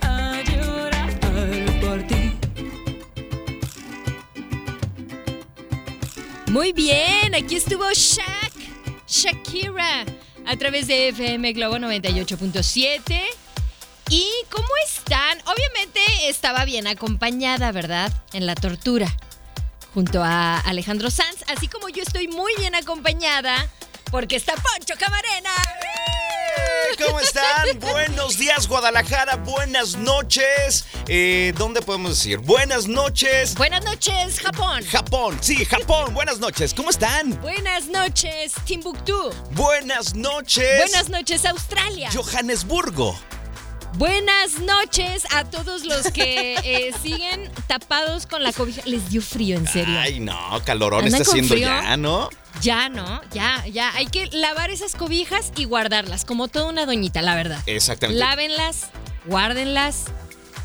a llorar por ti. Muy bien, aquí estuvo Shak, Shakira, a través de FM Globo 98.7. ¿Y cómo están? Obviamente estaba bien acompañada, ¿verdad? En la tortura, junto a Alejandro Sanz, así como yo estoy muy bien acompañada, porque está Poncho Camarena. ¿Cómo están? Buenos días, Guadalajara. Buenas noches. Eh, ¿Dónde podemos decir? Buenas noches, Buenas noches, Japón. Japón. Sí, Japón. Buenas noches. ¿Cómo están? Buenas noches, Timbuktu. Buenas noches, Buenas noches, Australia. Johannesburgo. Buenas noches a todos los que eh, siguen tapados con la cobija. Les dio frío, en serio. Ay, no, calorón ¿Andan está con haciendo frío? ya, ¿no? Ya, ¿no? Ya, ya. Hay que lavar esas cobijas y guardarlas, como toda una doñita, la verdad. Exactamente. Lávenlas, guárdenlas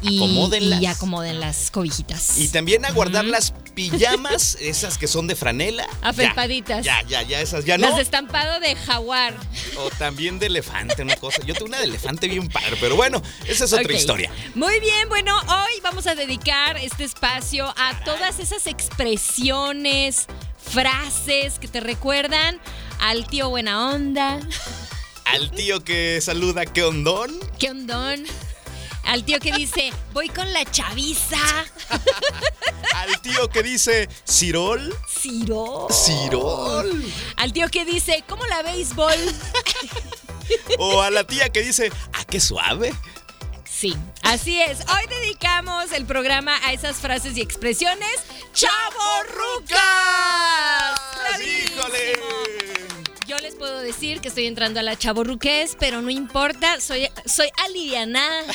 y, Acomódenlas. y acomoden las cobijitas. Y también a guardar las pijamas, esas que son de franela. Ya, Afelpaditas. Ya, ya, ya, esas ya Las no. de estampado de jaguar. O también de elefante, una cosa. Yo tengo una de elefante bien padre, pero bueno, esa es otra Ok. historia. Muy bien, bueno, hoy vamos a dedicar este espacio a todas esas expresiones, frases que te recuerdan al tío buena onda, Al tío que saluda, ¿qué ondón? qué ondón, al tío que dice, voy con la chaviza, Al tío que dice Cirol. Ciro, Cirol. al tío que dice, ¿cómo la béisbol? O a la tía que dice, ah, qué suave. Sí, así es. Hoy dedicamos el programa a esas frases y expresiones. ¡Chavo Rucas! ¡Híjole! Yo les puedo decir que estoy entrando a la chaborruqués, pero no importa, soy, soy alivianada.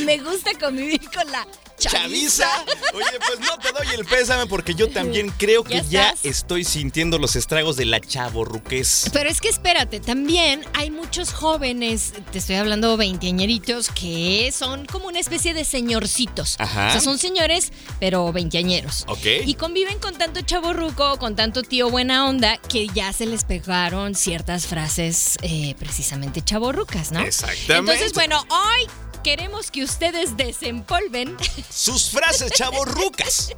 Me gusta convivir con la chaviza. Chavisa. Oye, pues no te doy el pésame porque yo también creo que ¿Ya ya, estás? estoy sintiendo los estragos de la chavorruquez. Pero es que espérate, también hay muchos jóvenes, te estoy hablando veinteañeritos, que son como una especie de señorcitos. Ajá. O sea, son señores, pero veinteañeros. Ok. Y conviven con tanto chavo ruco, con tanto tío buena onda, que ya se les pegaron ciertas frases eh, precisamente chavorrucas, ¿no? Exactamente. Entonces, bueno, hoy queremos que ustedes desempolven, Sus frases chavorrucas.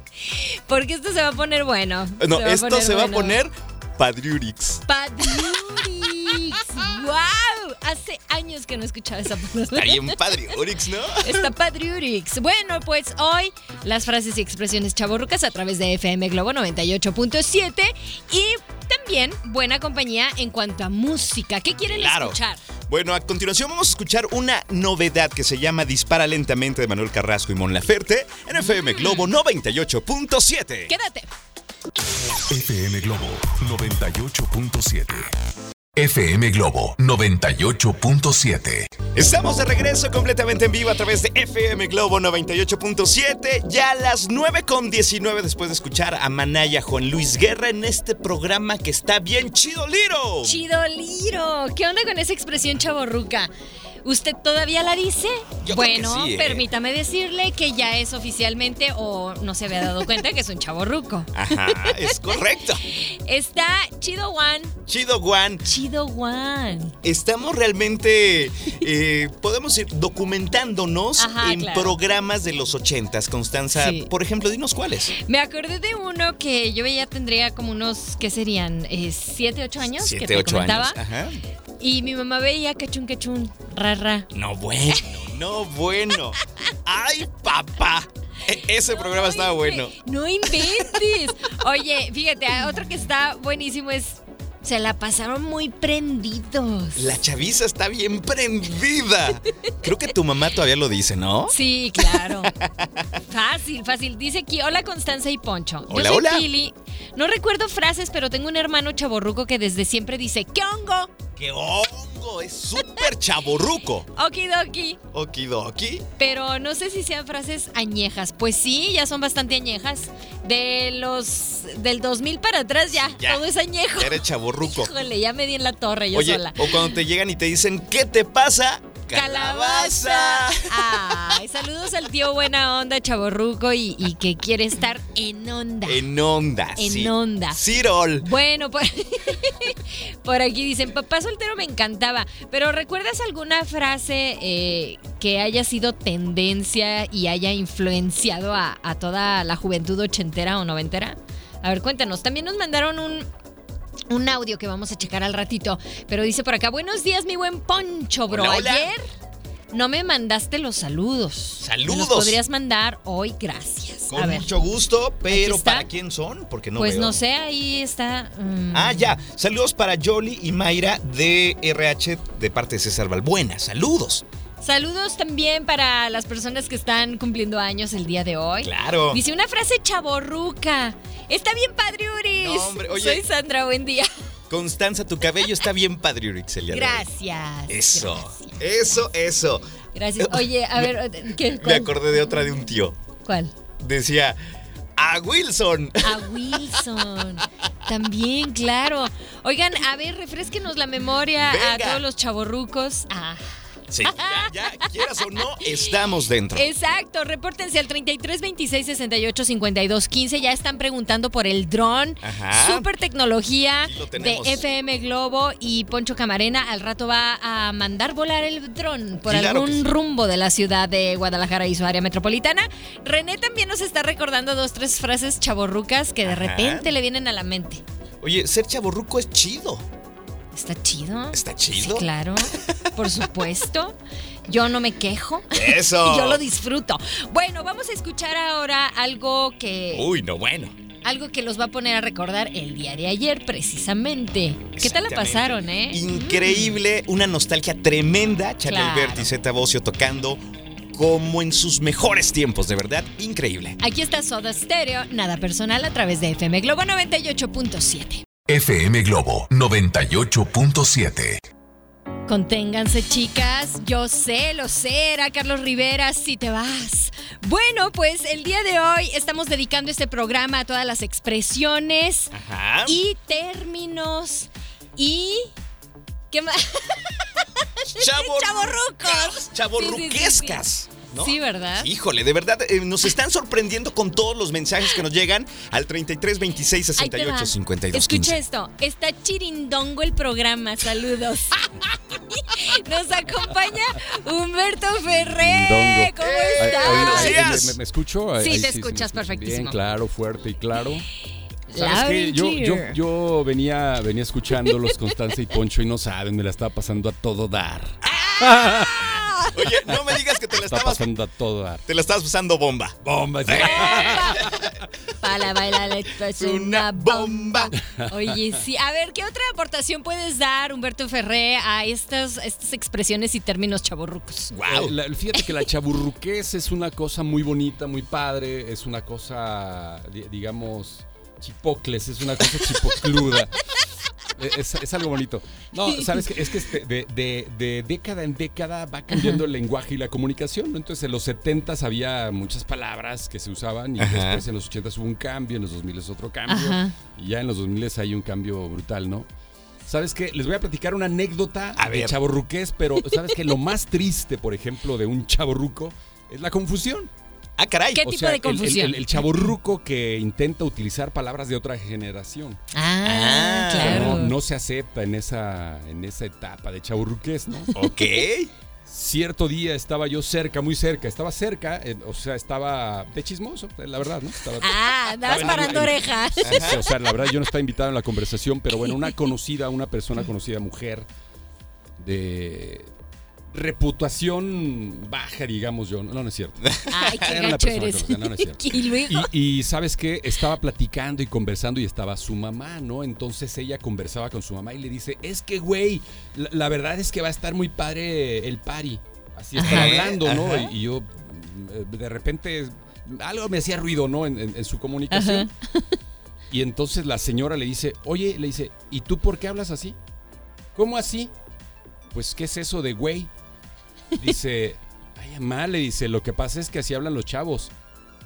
porque esto se va a poner bueno. No, va a esto poner se va a bueno. poner Padriurix. Padurix. ¡Wow! Hace años que no escuchaba esa palabra. Está bien Padriurix, ¿no? Está Padriurix. Bueno, pues hoy las frases y expresiones chaborrucas a través de FM Globo 98.7 y también buena compañía en cuanto a música. ¿Qué quieren Claro. escuchar? Bueno, a continuación vamos a escuchar una novedad que se llama Dispara lentamente de Manuel Carrasco y Mon Laferte en FM Globo 98.7. Quédate. FM Globo 98.7. FM Globo 98.7. Estamos de regreso completamente en vivo a través de FM Globo 98.7, ya a las 9.19 después de escuchar a Manaya Juan Luis Guerra en este programa que está bien chido, Liro. Chido Liro. ¿Qué onda con esa expresión chaborruca? ¿Usted todavía la dice? Yo creo bueno, que sí, ¿eh? permítame decirle que ya es oficialmente o no se había dado cuenta que es un chaborruco. Ajá, es correcto. Está Chido One. Chido Juan, Chido One. estamos realmente, eh, podemos ir documentándonos Ajá, en claro. programas de los ochentas, Constanza. Sí. Por ejemplo, dinos cuáles. Me acordé de uno que yo ya tendría como unos, ¿qué serían? Eh, ¿Siete, ocho años? que te Siete, ocho comentaba. años. ah. Ajá. Y mi mamá veía cachun, cachun, rara. No bueno, no bueno. Ay, papá. E- ese programa estaba bueno. No inventes. Oye, fíjate, ah, otro que está buenísimo es Se la pasaron muy prendidos. La chaviza está bien prendida. Creo que tu mamá todavía lo dice, ¿no? Sí, claro. fácil, fácil. Dice aquí, hola Constanza y Poncho. Hola, Yo soy hola. Pili. No recuerdo frases, pero tengo un hermano chaborruco que desde siempre dice, ¿qué hongo? ¡Qué hongo! Es súper chaborruco. Okidoki. Okidoki. Pero no sé si sean frases añejas. Pues sí, ya son bastante añejas. De los del 2000 para atrás ya, Ya. todo es añejo. Ya eres chaborruco. Híjole, ya me di en la torre yo Oye, sola. o cuando te llegan y te dicen, ¿qué te pasa? Ay, saludos al tío buena onda, chaborruco, y, y que quiere estar en onda. En onda. En sí. onda. Cirol. Bueno, por, por aquí dicen, papá soltero me encantaba, pero ¿recuerdas alguna frase eh, que haya sido tendencia y haya influenciado a, a toda la juventud ochentera o noventera? A ver, cuéntanos, también nos mandaron un... Un audio que vamos a checar al ratito, pero dice por acá, buenos días mi buen Poncho, bro. Hola, hola. Ayer no me mandaste los saludos. Saludos. Me Los podrías mandar hoy, gracias. a Con ver, mucho gusto, pero está. ¿para quién son? Porque no pues veo. no sé, ahí está. mm, Ah, ya. Saludos para Jolly y Mayra de RH de parte de César Balbuena. Saludos. Saludos también para las personas que están cumpliendo años el día de hoy. Claro. Dice una frase chaborruca. Está bien padre, Uris. No, hombre, oye. Soy Sandra, buen día. Constanza, tu cabello está bien padre, Urixelia. Gracias. Eso. Gracias. Eso, eso. Gracias. Oye, a ver, ¿qué, Me cuál, acordé de otra de un tío. ¿Cuál? Decía, a Wilson. A Wilson. También, claro. Oigan, a ver, refresquenos la memoria a Venga. todos los chaborrucos. Ah. Sí, ya, ya, quieras o no, estamos dentro. Exacto, repórtense al 33 26 68 52 15. Ya están preguntando por el dron. Ajá. Super tecnología Aquí lo de tenemos. FM Globo y Poncho Camarena. Al rato va a mandar volar el dron por Claro que algún sí. rumbo de la ciudad de Guadalajara y su área metropolitana. René también nos está recordando dos, tres frases chaborrucas que de Ajá. repente le vienen a la mente. Oye, ser chaborruco es chido. ¿Está chido? ¿Está Sí, chido? claro, por supuesto. Yo no me quejo. Eso. Y yo lo disfruto. Bueno, vamos a escuchar ahora algo que, Uy, no, bueno. algo que los va a poner a recordar el día de ayer, precisamente. ¿Qué tal la Exactamente. pasaron, eh? Increíble, una nostalgia tremenda. Charlie Claro. Alberti y Zeta Bosio tocando como en sus mejores tiempos, de verdad, increíble. Mm. Aquí está Soda Stereo, nada personal a través de FM Globo 98.7. FM Globo 98.7. Conténganse, chicas. Yo sé, lo sé, era Carlos Rivera, si te vas. Bueno, pues el día de hoy estamos dedicando este programa a todas las expresiones, Ajá. y términos y qué más Chavor- chavorrucos. Chavorruquescas. Sí, sí, sí, sí. ¿no? Sí, ¿verdad? Híjole, de verdad, eh, nos están sorprendiendo con todos los mensajes que nos llegan al 33 26 Ahí te va. 68 52 Escucha 15. esto, está chirindongo el programa, saludos. Nos acompaña Humberto Ferré. Chirindongo. ¿Cómo Ay, oye, buenos estás? ay, días. ay, ¿Me, me- me escucho? Ay, Sí, ay, te sí, me escuchas escucho perfectísimo. Bien, claro, fuerte y claro. Loud qué? and Yo, yo, clear. yo venía, venía escuchándolos, Constanza y Poncho, y no saben, me la estaba pasando a todo dar. Oye, no me digas que te la Estaba estabas pasando a todo dar. te la estabas usando bomba. ¡Bomba! sí. Para bailar esto es una bomba. Oye, sí. A ver, ¿qué otra aportación puedes dar, Humberto Ferré, a estas, estas expresiones y términos chaborrucos? Eh, la- fíjate que la chaburruquez es una cosa muy bonita, muy padre, es una cosa, di- digamos, chipocles, es una cosa chipocluda. Eh, Es, es algo bonito. No, sabes que es que este, de, de- de década en década va cambiando el lenguaje y la comunicación. ¿no? Entonces, en los 70s había muchas palabras que se usaban y Ajá. después en los 80s hubo un cambio, en los 2000s otro cambio. Ajá. Y ya en los 2000s hay un cambio brutal, ¿no? ¿Sabes qué? Les voy a platicar una anécdota A de ver. chaborruqués, pero ¿sabes qué? Lo más triste, por ejemplo, de un chaborruco es la confusión. Ah, caray. ¿Qué tipo de el- el- confusión? El, el chaborruco que intenta utilizar palabras de otra generación. Ah, Ah, claro. No, no se acepta en esa, en esa etapa de chaborruqués, ¿no? Ok. Cierto día estaba yo cerca, muy cerca, estaba cerca, eh, o sea, estaba de chismoso, eh, la verdad, ¿no? Estaba- Ah, andabas Estaba en- parando en- orejas. Sí, sí, o sea, la verdad yo no estaba invitado en la conversación, pero bueno, una conocida, una persona conocida, mujer de reputación baja, digamos yo. No, no es cierto. Ay, qué Era una gacho persona eres. conocida, no, no es cierto. y luego. Y, y, sabes qué, estaba platicando y conversando y estaba su mamá, ¿no? Entonces ella conversaba con su mamá y le dice, es que, güey, la, la verdad es que va a estar muy padre el party. Así están Ajá. hablando, ¿no? Ajá. Y, y yo eh, de repente algo me hacía ruido, ¿no? En, en- en su comunicación. Y entonces la señora le dice, oye, le dice, ¿y tú por qué hablas así? ¿Cómo así? Pues, ¿qué es eso de güey? Dice, ay, mamá, le dice, lo que pasa es que así hablan los chavos.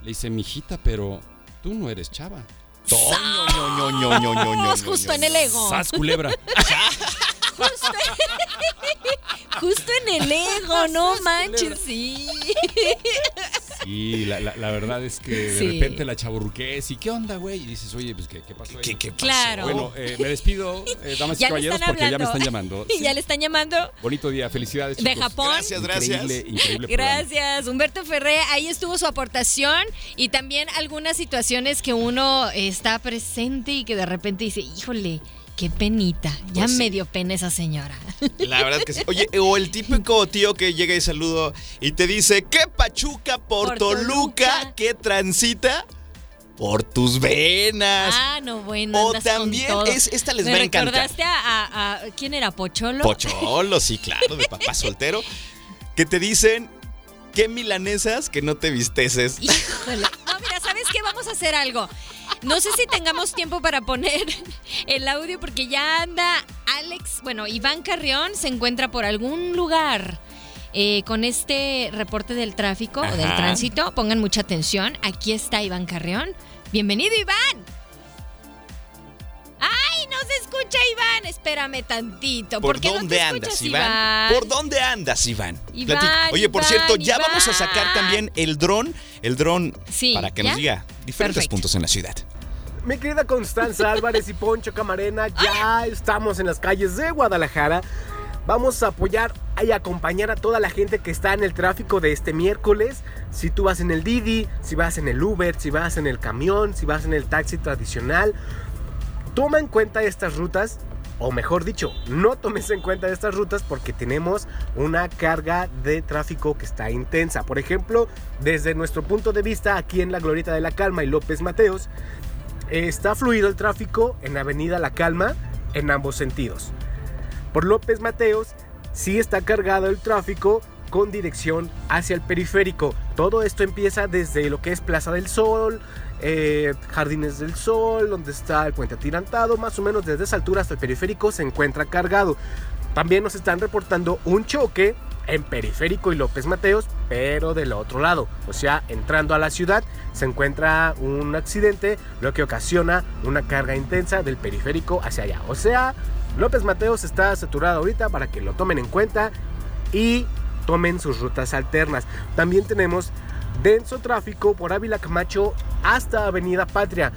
Le dice, mijita, pero tú no eres chava. Toño, ño, ño, ño, ño, ño, ño, ¡Oh, Justo ño. en el ego. ¡Sas, culebra! Justo, justo en el ego, no manches, sí. Y la, la- la verdad es que de Sí. repente la chaburruqués y ¿qué onda, güey? Y dices, oye, pues, ¿qué, qué pasó ahí? ¿Qué, qué pasó? Claro. Bueno, eh, me despido, eh, damas y Ya le caballeros, están porque ya me hablando. están llamando. Y ya le están llamando. Bonito día, felicidades. De chicos. Japón. Gracias, gracias. Increíble, increíble programa. Gracias, Humberto Ferré. Ahí estuvo su aportación y también algunas situaciones que uno eh, está presente y que de repente dice, híjole, qué penita. Ya Pues sí. me dio pena esa señora. La verdad que sí. Oye, o el típico tío que llega y saludo y te dice, ¿qué pachuca por, Por Toluca Toluca? que transita por tus venas? Ah, no, bueno. O andas con también todo. es- esta les me va a encantar. recordaste a, a- a- ¿Quién era? ¿Pocholo? Pocholo, sí, claro, de papá soltero. Que te dicen, ¿qué milanesas que no te visteces? Híjole. No, mira, ¿sabes qué? Vamos a hacer algo. No sé si tengamos tiempo para poner el audio porque ya anda Alex, bueno, Iván Carrión se encuentra por algún lugar. eh, con este reporte del tráfico o del Ajá. tránsito, pongan mucha atención. Aquí está Iván Carrión. Bienvenido, Iván. ¡Ay, no se escucha, Iván! Espérame tantito. ¿Por, qué no te dónde andas, escuchas, Iván? ¿Por dónde andas, Iván? Iván, Platica- Oye, por Iván, cierto, ya vamos a Iván. sacar también el dron, el dron Sí, para que ¿ya? nos diga diferentes Perfecto. puntos en la ciudad. Mi querida Constanza Álvarez y Poncho Camarena, ya estamos en las calles de Guadalajara. Vamos a apoyar y acompañar a toda la gente que está en el tráfico de este miércoles. Si tú vas en el Didi, si vas en el Uber, si vas en el camión, si vas en el taxi tradicional, toma en cuenta estas rutas. O mejor dicho, no tomes en cuenta estas rutas porque tenemos una carga de tráfico que está intensa. Por ejemplo, desde nuestro punto de vista, aquí en la Glorieta de la Calma y López Mateos, eh, Está fluido el tráfico en Avenida La Calma en ambos sentidos. Por López Mateos sí está cargado el tráfico con dirección hacia el periférico. Todo esto empieza desde lo que es Plaza del Sol, eh, Jardines del Sol, donde está el puente atirantado, más o menos desde esa altura hasta el periférico se encuentra cargado. También nos están reportando un choque en Periférico y López Mateos, pero del otro lado. O sea, entrando a la ciudad se encuentra un accidente, lo que ocasiona una carga intensa del periférico hacia allá. O sea, López Mateos está saturado ahorita para que lo tomen en cuenta y tomen sus rutas alternas. También tenemos denso tráfico por Ávila Camacho hasta Avenida Patria.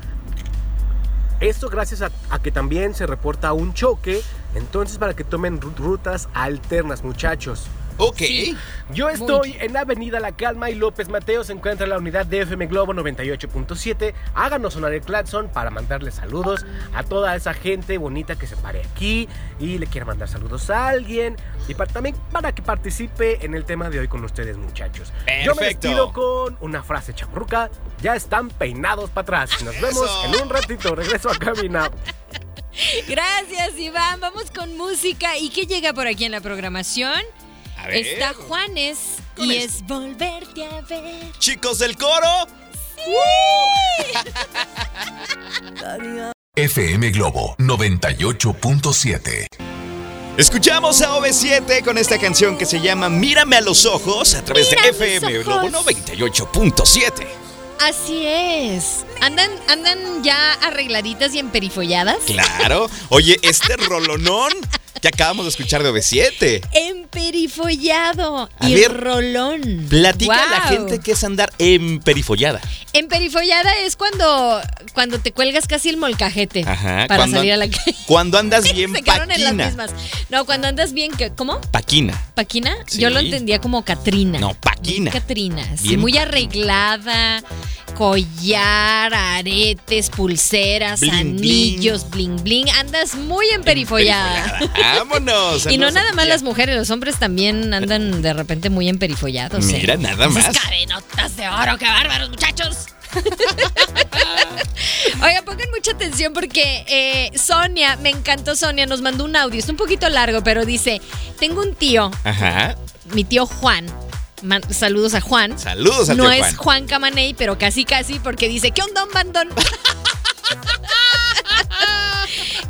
Esto gracias a, a que también se reporta un choque. Entonces, para que tomen ru- rutas alternas, muchachos. Ok. Yo estoy en Avenida La Calma y López Mateo se encuentra en la unidad de FM Globo 98.7. Háganos sonar el claxon para mandarle saludos a toda esa gente bonita que se pare aquí y le quiera mandar saludos a alguien. Y para- también para que participe en el tema de hoy con ustedes, muchachos. Yo me Perfecto. despido con una frase chaburruca. Ya están peinados para atrás. Nos vemos Eso. en un ratito. Regreso a cabina. Gracias, Iván. Vamos con música. ¿Y qué llega por aquí en la programación? A ver. Está Juanes Con y esto. es volverte a ver. Chicos del coro. FM Globo 98.7. Escuchamos a OV7 con esta canción que se llama Mírame a los ojos a través Mira de mis FM ojos. Globo 98.7. Así es. ¿Andan, andan ya arregladitas y emperifolladas? Claro. Oye, este rolonón que acabamos de escuchar de OV7. Emperifollado A y ver, rolón. Platica a la Guau. gente que es andar emperifollada. En perifollada es cuando, cuando te cuelgas casi el molcajete Ajá, para cuando- salir a la calle. Cuando andas bien Se quedaron en las paquina. mismas. No, cuando andas bien, ¿qué? ¿cómo? Paquina. ¿Paquina? Sí. Yo lo entendía como Catrina. No, Bien paquina. Catrina, sí, Bien muy Catrina. arreglada, collar, aretes, pulseras, Bling, bling. anillos, bling bling. Andas muy emperifollada. Vámonos. Y no saludos a nada tu más tía. las mujeres, los hombres también andan de repente muy emperifollados. ¿eh? Mira, nada más. Esas cadenotas de oro, qué bárbaros, muchachos. Oiga, pongan mucha atención porque eh, Sonia, me encantó Sonia, nos mandó un audio, está un poquito largo, pero dice, tengo un tío, Ajá. mi tío Juan, man- saludos a Juan. Saludos a no tío es Juan. Juan Camaney, pero casi casi porque dice, ¿qué onda, un bandón?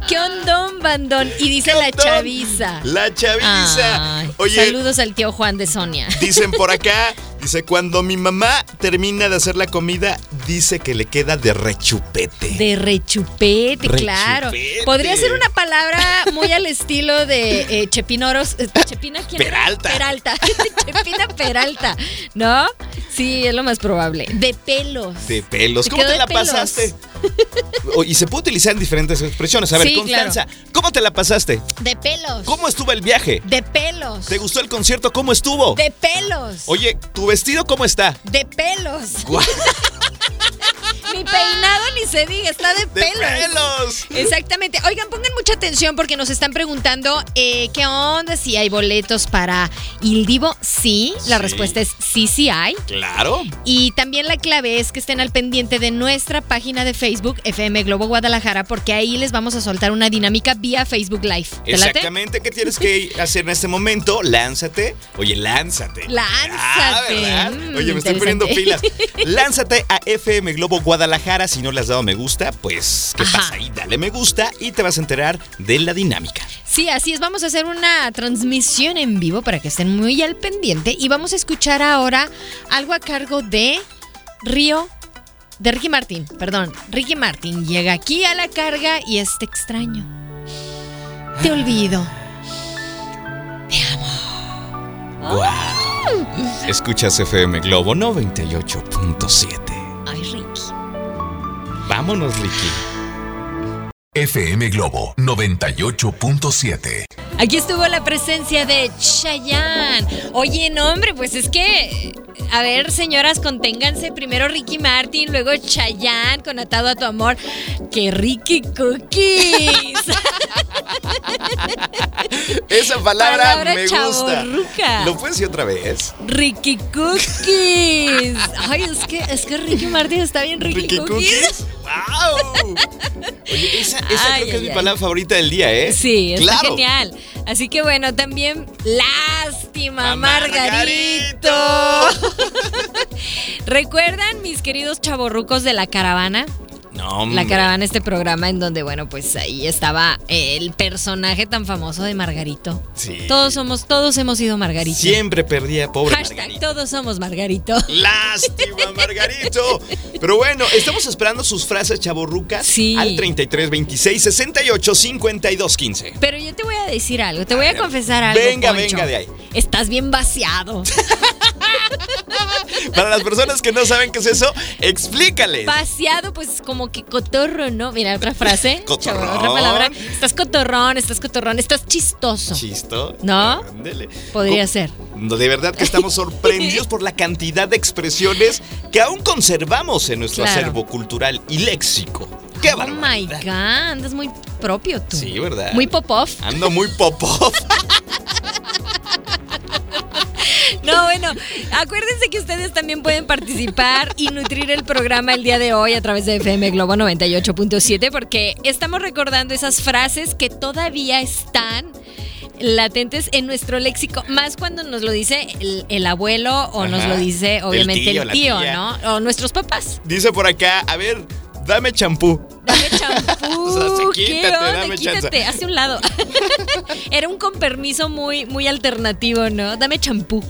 ¿Qué onda, un bandón? Y dice la Cantón. chaviza. La chaviza. Ay, Oye, Saludos al tío Juan de Sonia. dicen por acá, dice, cuando mi mamá termina de hacer la comida, dice que le queda de rechupete. De rechupete, claro. Rechupete. Podría ser una palabra muy al estilo de eh, Chepinoros. eh, Chepina ¿quién era? Peralta. Peralta. Chepina Peralta. ¿No? Sí, es lo más probable. De pelos. De pelos. Se ¿Cómo quedó te de la pelos. pasaste? O- y se puede utilizar en diferentes expresiones. A ver, Sí, Constanza, ¿cómo te la pasaste? De pelos. ¿Cómo estuvo el viaje? De pelos. ¿Te gustó el concierto? ¿Cómo estuvo? De pelos. Oye, ¿tu vestido cómo está? De pelos. Guau, Mi peinado ni se diga, está de, ¡De pelos! Exactamente. Oigan, pongan mucha atención porque nos están preguntando eh, qué onda, si hay boletos para Il Divo. Sí, la Sí. respuesta es sí, sí hay. Claro. Y también la clave es que estén al pendiente de nuestra página de Facebook, FM Globo Guadalajara, porque ahí les vamos a soltar una dinámica vía Facebook Live. ¿Te late? Exactamente, ¿qué tienes que hacer en este momento? Lánzate. Oye, lánzate. Lánzate. Ah, ¿verdad? Mm, Oye, me estoy poniendo pilas. interesante. Lánzate a FM Globo Guadalajara. Si no le has dado me gusta, pues, ¿qué Ajá. pasa ahí? Dale me gusta y te vas a enterar de la dinámica. Sí, así es. Vamos a hacer una transmisión en vivo para que estén muy al pendiente. Y vamos a escuchar ahora algo a cargo de Río. De Ricky Martin, perdón. Ricky Martin llega aquí a la carga y es te extraño. Te olvido. Escuchas FM Globo 98.7. Ay, Ricky. Vámonos, Ricky. FM Globo 98.7. Aquí estuvo la presencia de Chayanne. Oye, no, hombre, pues es que. A ver, señoras, conténganse. Primero Ricky Martin, luego Chayanne con Atado a tu amor. ¡Qué Ricky Cookies! Esa palabra, Palabra me gusta. chavorruca. ¿Lo puedes decir otra vez? Ricky Cookies. Ay, es que, es que Ricky Martin está bien Ricky, Cookies. ¡Wow! Oye, esa, esa Ay, creo que es ay, mi ay. palabra favorita del día, ¿eh? Sí, está claro. genial. Así que bueno, también lástima, A Margarito. ¿Recuerdan mis queridos chavorrucos de la caravana? No, La hombre. caravana, este programa en donde, bueno, pues ahí estaba el personaje tan famoso de Margarito. Sí. Todos somos, todos hemos sido Margarito. Eh. Siempre perdía, pobre Hashtag Margarito. todos somos Margarito. Lástima, Margarito. Pero bueno, estamos esperando sus frases chaborrucas Sí. al 33 26 68 52 15. Pero yo te voy a decir algo, te voy a confesar algo. venga, Poncho. venga de ahí. Estás bien vaciado. Para las personas que no saben qué es eso, explícales. Vaciado, pues como que cotorro, ¿no? Mira, otra frase. Cotorrón. chavo, Otra palabra. Estás cotorrón, estás cotorrón, estás chistoso. Chisto. ¿No? Ándele. Podría ser. No, de verdad que estamos sorprendidos por la cantidad de expresiones que aún conservamos en nuestro Claro. acervo cultural y léxico. ¡Qué Oh my barbaridad! God, andas muy propio tú. Sí, ¿verdad? Muy pop-off. Ando muy popó. No, bueno, acuérdense que ustedes también pueden participar y nutrir el programa el día de hoy a través de FM Globo 98.7 porque estamos recordando esas frases que todavía están latentes en nuestro léxico, más cuando nos lo dice el, el abuelo o nos Ajá. lo dice obviamente tío, el la tío, tía. ¿no? O nuestros papás. Dice por acá, a ver, dame champú. Dame champú, O sea, sí, ¿qué quítate, onda? dame chance. Quítate, hace un lado. Era un con permiso muy, muy alternativo, ¿no? Dame champú.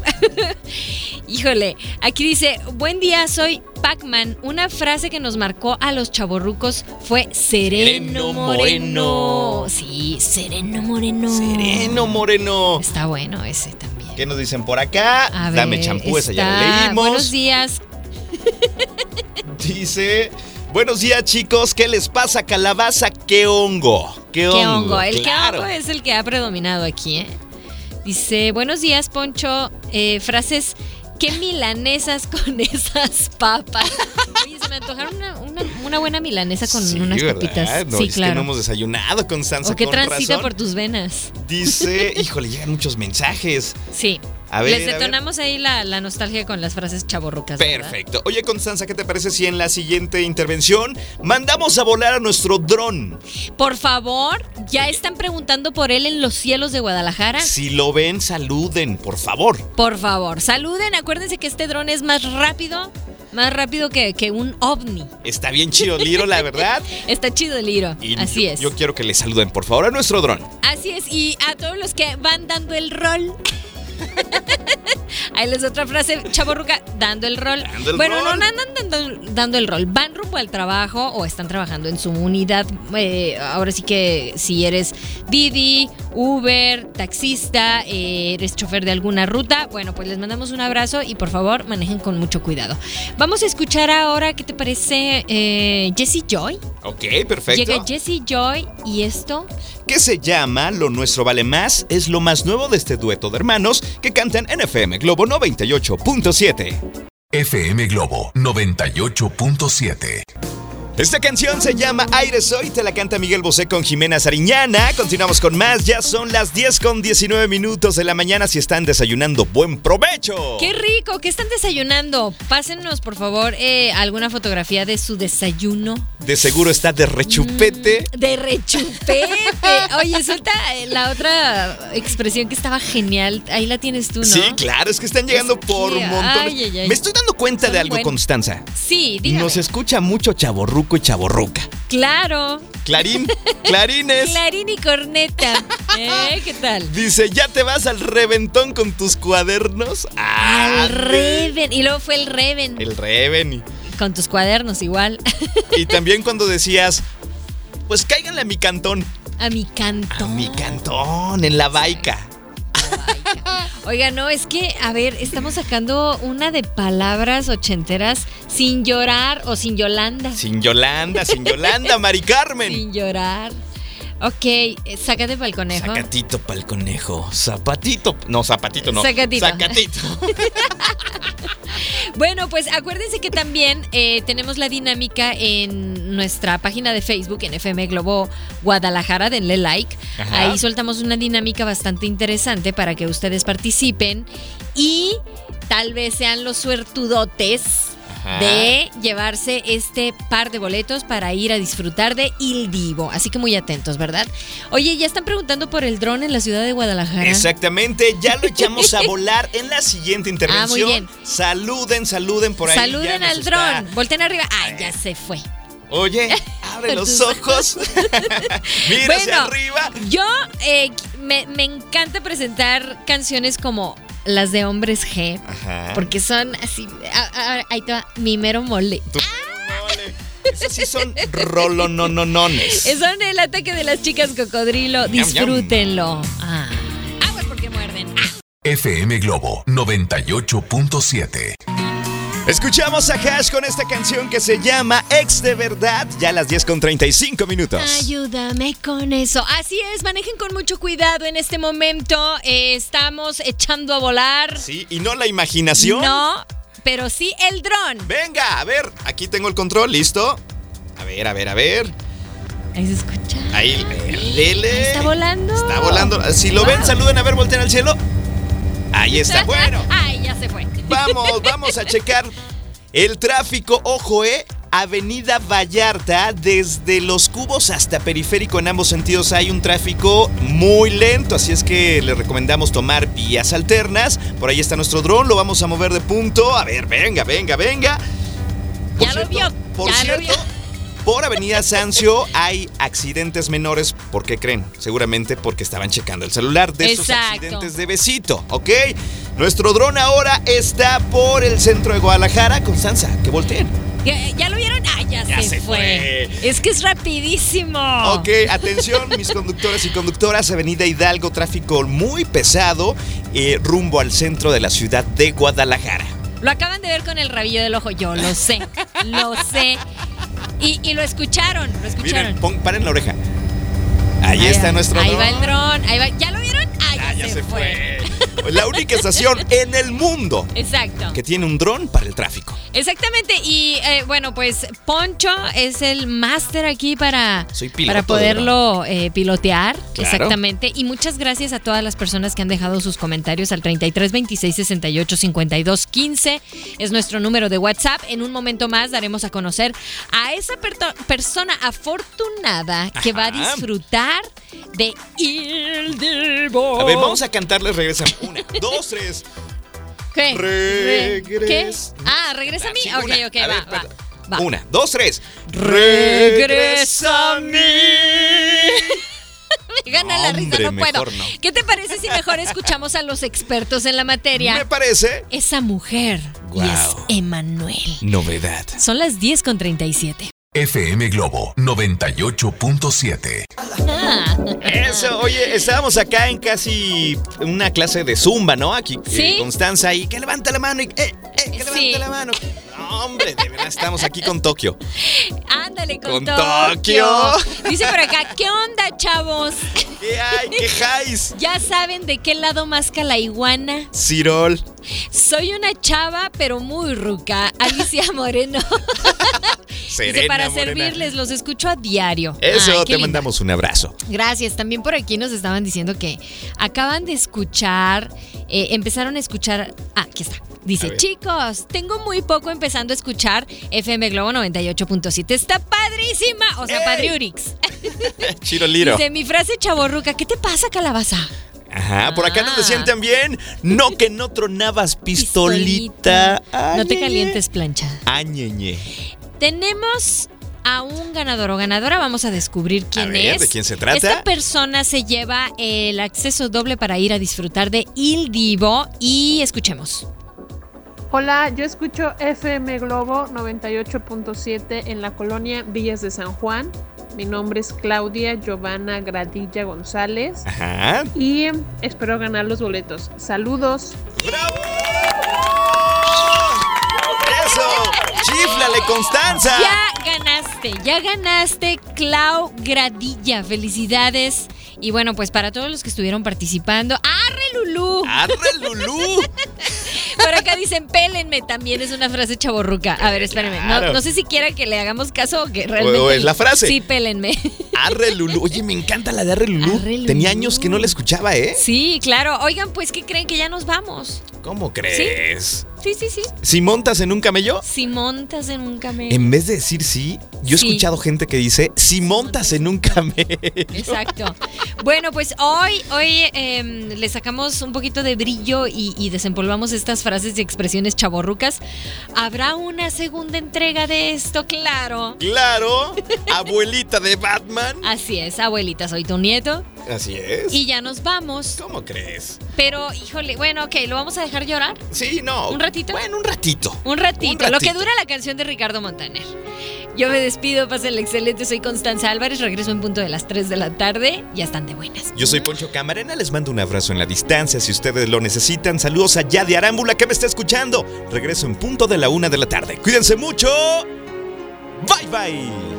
Híjole, aquí dice, buen día, soy Pac-Man. Una frase que nos marcó a los chaborrucos fue sereno Sereno moreno. moreno. Sí, sereno moreno. Sereno, Moreno. Está bueno ese también. ¿Qué nos dicen por acá? A ver, Dame champú, esa ya la está- leímos. Buenos días, dice. Buenos días, chicos. ¿Qué les pasa, calabaza? ¿Qué hongo? ¿Qué hongo? El claro. que hongo es el que ha predominado aquí, ¿eh? Dice, buenos días, Poncho. Eh, frases, ¿qué milanesas con esas papas? Oye, se me antojaron una, una- una buena milanesa con Sí, unas ¿verdad? papitas. No, sí, es que claro. no hemos desayunado, Constanza. o que con transita razón. por tus venas. Dice, híjole, llegan muchos mensajes. Sí. A ver, Les a ver. detonamos ahí la, la nostalgia con las frases chaborrucas. ¿verdad? Perfecto. Oye, Constanza, ¿qué te parece si en la siguiente intervención mandamos a volar a nuestro dron? Por favor, ya están preguntando por él en los cielos de Guadalajara. Si lo ven, saluden, por favor. Por favor, saluden. Acuérdense que este dron es más rápido, más rápido que, que un ovni. Está bien chido, Liro, la verdad. Está chido el hilo. Y Así yo- es. Yo quiero que le saluden, por favor, a nuestro dron. Así es. Y a todos los que van dando el rol. Ahí les otra frase, chaborruca, dando el rol. Dando el bueno, rol. no andan dando, dando el rol, van rumbo al trabajo o están trabajando en su unidad. eh, ahora sí que si eres Didi, Uber, taxista, eh, eres chofer de alguna ruta, bueno, pues les mandamos un abrazo y por favor manejen con mucho cuidado. Vamos a escuchar ahora, ¿qué te parece? Eh, Jesse Joy. Ok, perfecto. Llega Jesse Joy y esto que se llama Lo Nuestro Vale Más, es lo más nuevo de este dueto de hermanos que cantan en FM Globo 98.7. FM Globo 98.7. Esta canción se llama Aire Soy, te la canta Miguel Bosé con Jimena Sariñana. Continuamos con más, ya son las 10 con 19 minutos de la mañana si están desayunando. ¡Buen provecho! ¡Qué rico! ¿Qué están desayunando? Pásennos, por favor, eh, alguna fotografía de su desayuno. De seguro está de rechupete. Mm, De rechupete. Oye, suelta eh, la otra expresión que estaba genial. Ahí la tienes tú, ¿no? Sí, claro, es que están llegando Es que- por montones. ay, ay, ay. Me estoy dando cuenta Son de algo, buenos. Constanza. Sí, dígame. Nos escucha mucho chaborruco y chaborruca. Claro. Clarín, clarines. Clarín y corneta. ¿Eh? ¿Qué tal? Dice, ¿ya te vas al reventón con tus cuadernos? Ah, Al Reven. Y luego fue el Reven. El Reven. Con tus cuadernos igual. Y también cuando decías, pues cáiganle a mi cantón. A mi A canto. mi cantón, en la baica. Oiga, no, es que, a ver, estamos sacando una de palabras ochenteras sin llorar o sin Yolanda. Sin Yolanda, sin Yolanda, Mari Carmen. Sin llorar. Ok, eh, sácate pa'l conejo. Sacatito pa'l conejo. Zapatito. No, zapatito no. Sacatito. Sacatito. Bueno, pues acuérdense que también eh, tenemos la dinámica en nuestra página de Facebook, en FM Globo Guadalajara, denle like. Ajá. Ahí soltamos una dinámica bastante interesante para que ustedes participen y tal vez sean los suertudotes Ajá. de llevarse este par de boletos para ir a disfrutar de Il Divo. Así que muy atentos, ¿verdad? Oye, ya están preguntando por el dron en la ciudad de Guadalajara. Exactamente, ya lo echamos a volar en la siguiente intervención. Ah, bien. Saluden, saluden por ahí. ya Saluden nos al está- dron. Volten arriba. Ah, ya se fue. Oye, abre los ojos. Mira Bueno. hacia arriba. Yo eh, me, me encanta presentar canciones como las de Hombres G, Ajá. porque son así. ah, ah, ahí te va, mi mero mole. Tú- Ole. Esos sí son rolonononones. Son el ataque de las chicas cocodrilo. Ñam, ñam. Disfrútenlo. Ah, aguas porque muerden. FM Globo 98.7. Escuchamos a Hash con esta canción que se llama Ex de Verdad, ya a las 10 con 35 minutos. Ayúdame con eso. Así es, manejen con mucho cuidado en este momento. eh, estamos echando a volar. Sí, y no la imaginación. No, pero sí el dron. Venga, a ver, aquí tengo el control, listo. A ver, a ver, a ver. Ahí se escucha. Ahí, lele. Está volando. Está volando. Si lo ven, saluden, a ver, volteen al cielo. Ahí está, bueno. Ay, ya se fue. Vamos, vamos a checar el tráfico. Ojo, eh. Avenida Vallarta, desde los cubos hasta periférico, en ambos sentidos hay un tráfico muy lento, así es que le recomendamos tomar vías alternas. Por ahí está nuestro dron, lo vamos a mover de punto. A ver, venga, venga, venga. Ya lo vio, Por ya lo cierto, por Avenida Sancio hay accidentes menores. ¿Por qué creen? Seguramente porque estaban checando el celular de esos Exacto. accidentes de besito, ¿ok? Nuestro dron ahora está por el centro de Guadalajara. Constanza, que volteen. ¿Ya, ya lo vieron? Ah, ya, Ya se, se fue. Es que es rapidísimo. Ok, atención, mis conductores y conductoras. Avenida Hidalgo, tráfico muy pesado, eh, rumbo al centro de la ciudad de Guadalajara. Lo acaban de ver con el rabillo del ojo, yo lo sé, lo sé. Y, y lo escucharon, lo escucharon. Miren, pon- paren la oreja. Ahí, Ahí está va, nuestro Ahí dron. va el dron, ahí va. ¿Ya lo vieron? Ah, ya, Ah, ya se fue. La única estación en el mundo Exacto. que tiene un dron para el tráfico. Exactamente, y eh, bueno, pues Poncho es el máster aquí para, Soy piloto para de poderlo eh, pilotear. Claro. Exactamente. Y muchas gracias a todas las personas que han dejado sus comentarios al 33 26 68 52 15. Es nuestro número de WhatsApp. En un momento más daremos a conocer a esa perto- persona afortunada que va a Ajá. disfrutar de Ildevo. A ver, vamos a cantarles, regresan. Una, dos, tres. ¿Qué? Re- ¿Qué? Regres- Ah, regresa a mí. Así, Ok, una. ok, A va, ver, va, espera. va. Una, dos, tres. Regresa a mí. Me Gana la risa, Hombre, no puedo. mejor no. ¿Qué te parece si mejor escuchamos a los expertos en la Me materia? parece Esa mujer y es Guau. Emanuel. novedad. Son las 10 con 37. FM Globo 98.7. Ah, Eso, oye, estábamos acá en casi una clase de zumba, ¿no? Aquí eh, Sí. Constanza y que levanta la mano y eh, eh, que levanta Sí. la mano. No, hombre, de verdad estamos aquí con Tokio. Ándale con, Con Tokio. Tokio. Dice por acá, ¿qué onda, chavos? ¿Qué hay? ¿Qué jais? ¿Ya saben de qué lado masca la iguana? Cirol. Soy una chava, pero muy ruca. Alicia Moreno. Serena, Dice, para Morena. servirles, los escucho a diario. Eso, Ay, qué te linda. mandamos un abrazo. Gracias. También por aquí nos estaban diciendo que acaban de escuchar, eh, empezaron a escuchar. Ah, aquí está. A Dice, ver. chicos, tengo muy poco empezando a escuchar FM Globo 98.7. Está padrísima. O sea, ¡Ey! Padriurix. Chiroliro. Dice, mi frase chaborruca, ¿qué te pasa, calabaza? Ajá, por acá nos decían Ah. también, no que no tronabas pistolita. No te Añeñe. calientes, plancha. Añeñe. Tenemos a un ganador o ganadora. Vamos a descubrir quién ver, es. ¿de quién se trata? Esta persona se lleva el acceso doble para ir a disfrutar de Il Divo y escuchemos. Hola, yo escucho FM Globo 98.7 en la colonia Villas de San Juan. Mi nombre es Claudia Giovanna Gradilla González Ajá. y espero ganar los boletos. Saludos. ¡Bravo! ¡Eso! ¡Chiflale, Constanza! Ya ganaste, ya ganaste, Clau Gradilla. Felicidades. Y bueno, pues para todos los que estuvieron participando, ¡arre Lulú! ¡Arre, Lulú! Por acá dicen, pélenme, también es una frase chaborruca. A ver, espérenme. No, Eh, Claro. no sé si quiera que le hagamos caso o que realmente. o es la frase. Sí, pélenme. ¡Arre, Lulú! Oye, me encanta la de Arre, Lulú. Arre, Lulú. Tenía años que no la escuchaba, ¿eh? Sí, claro. Oigan, pues, ¿qué creen que ya nos vamos? ¿Cómo crees? Sí, sí, sí. ¿Si montas en un camello? Si montas en un camello. En vez de decir sí, yo he Sí. escuchado gente que dice, si montas en un camello. Exacto. Bueno, pues hoy, hoy em, le sacamos un poquito de brillo y, y desempolvamos estas frases y expresiones chaborrucas. Habrá una segunda entrega de esto, claro. Claro, abuelita de Batman. Así es, abuelita, soy tu nieto. Así es. Y ya nos vamos. ¿Cómo crees? Pero, híjole, bueno, ok, ¿lo vamos a dejar llorar? Sí, no. ¿Un ratito? Bueno, un ratito. Un ratito, Un ratito. lo que dura la canción de Ricardo Montaner. Yo me despido, pasen excelente, soy Constanza Álvarez, regreso en punto de las 3 de la tarde, ya están de buenas. Yo soy Poncho Camarena, les mando un abrazo en la distancia si ustedes lo necesitan. Saludos a Yadi Arámbula que me está escuchando. Regreso en punto de la una de la tarde. Cuídense mucho. Bye bye.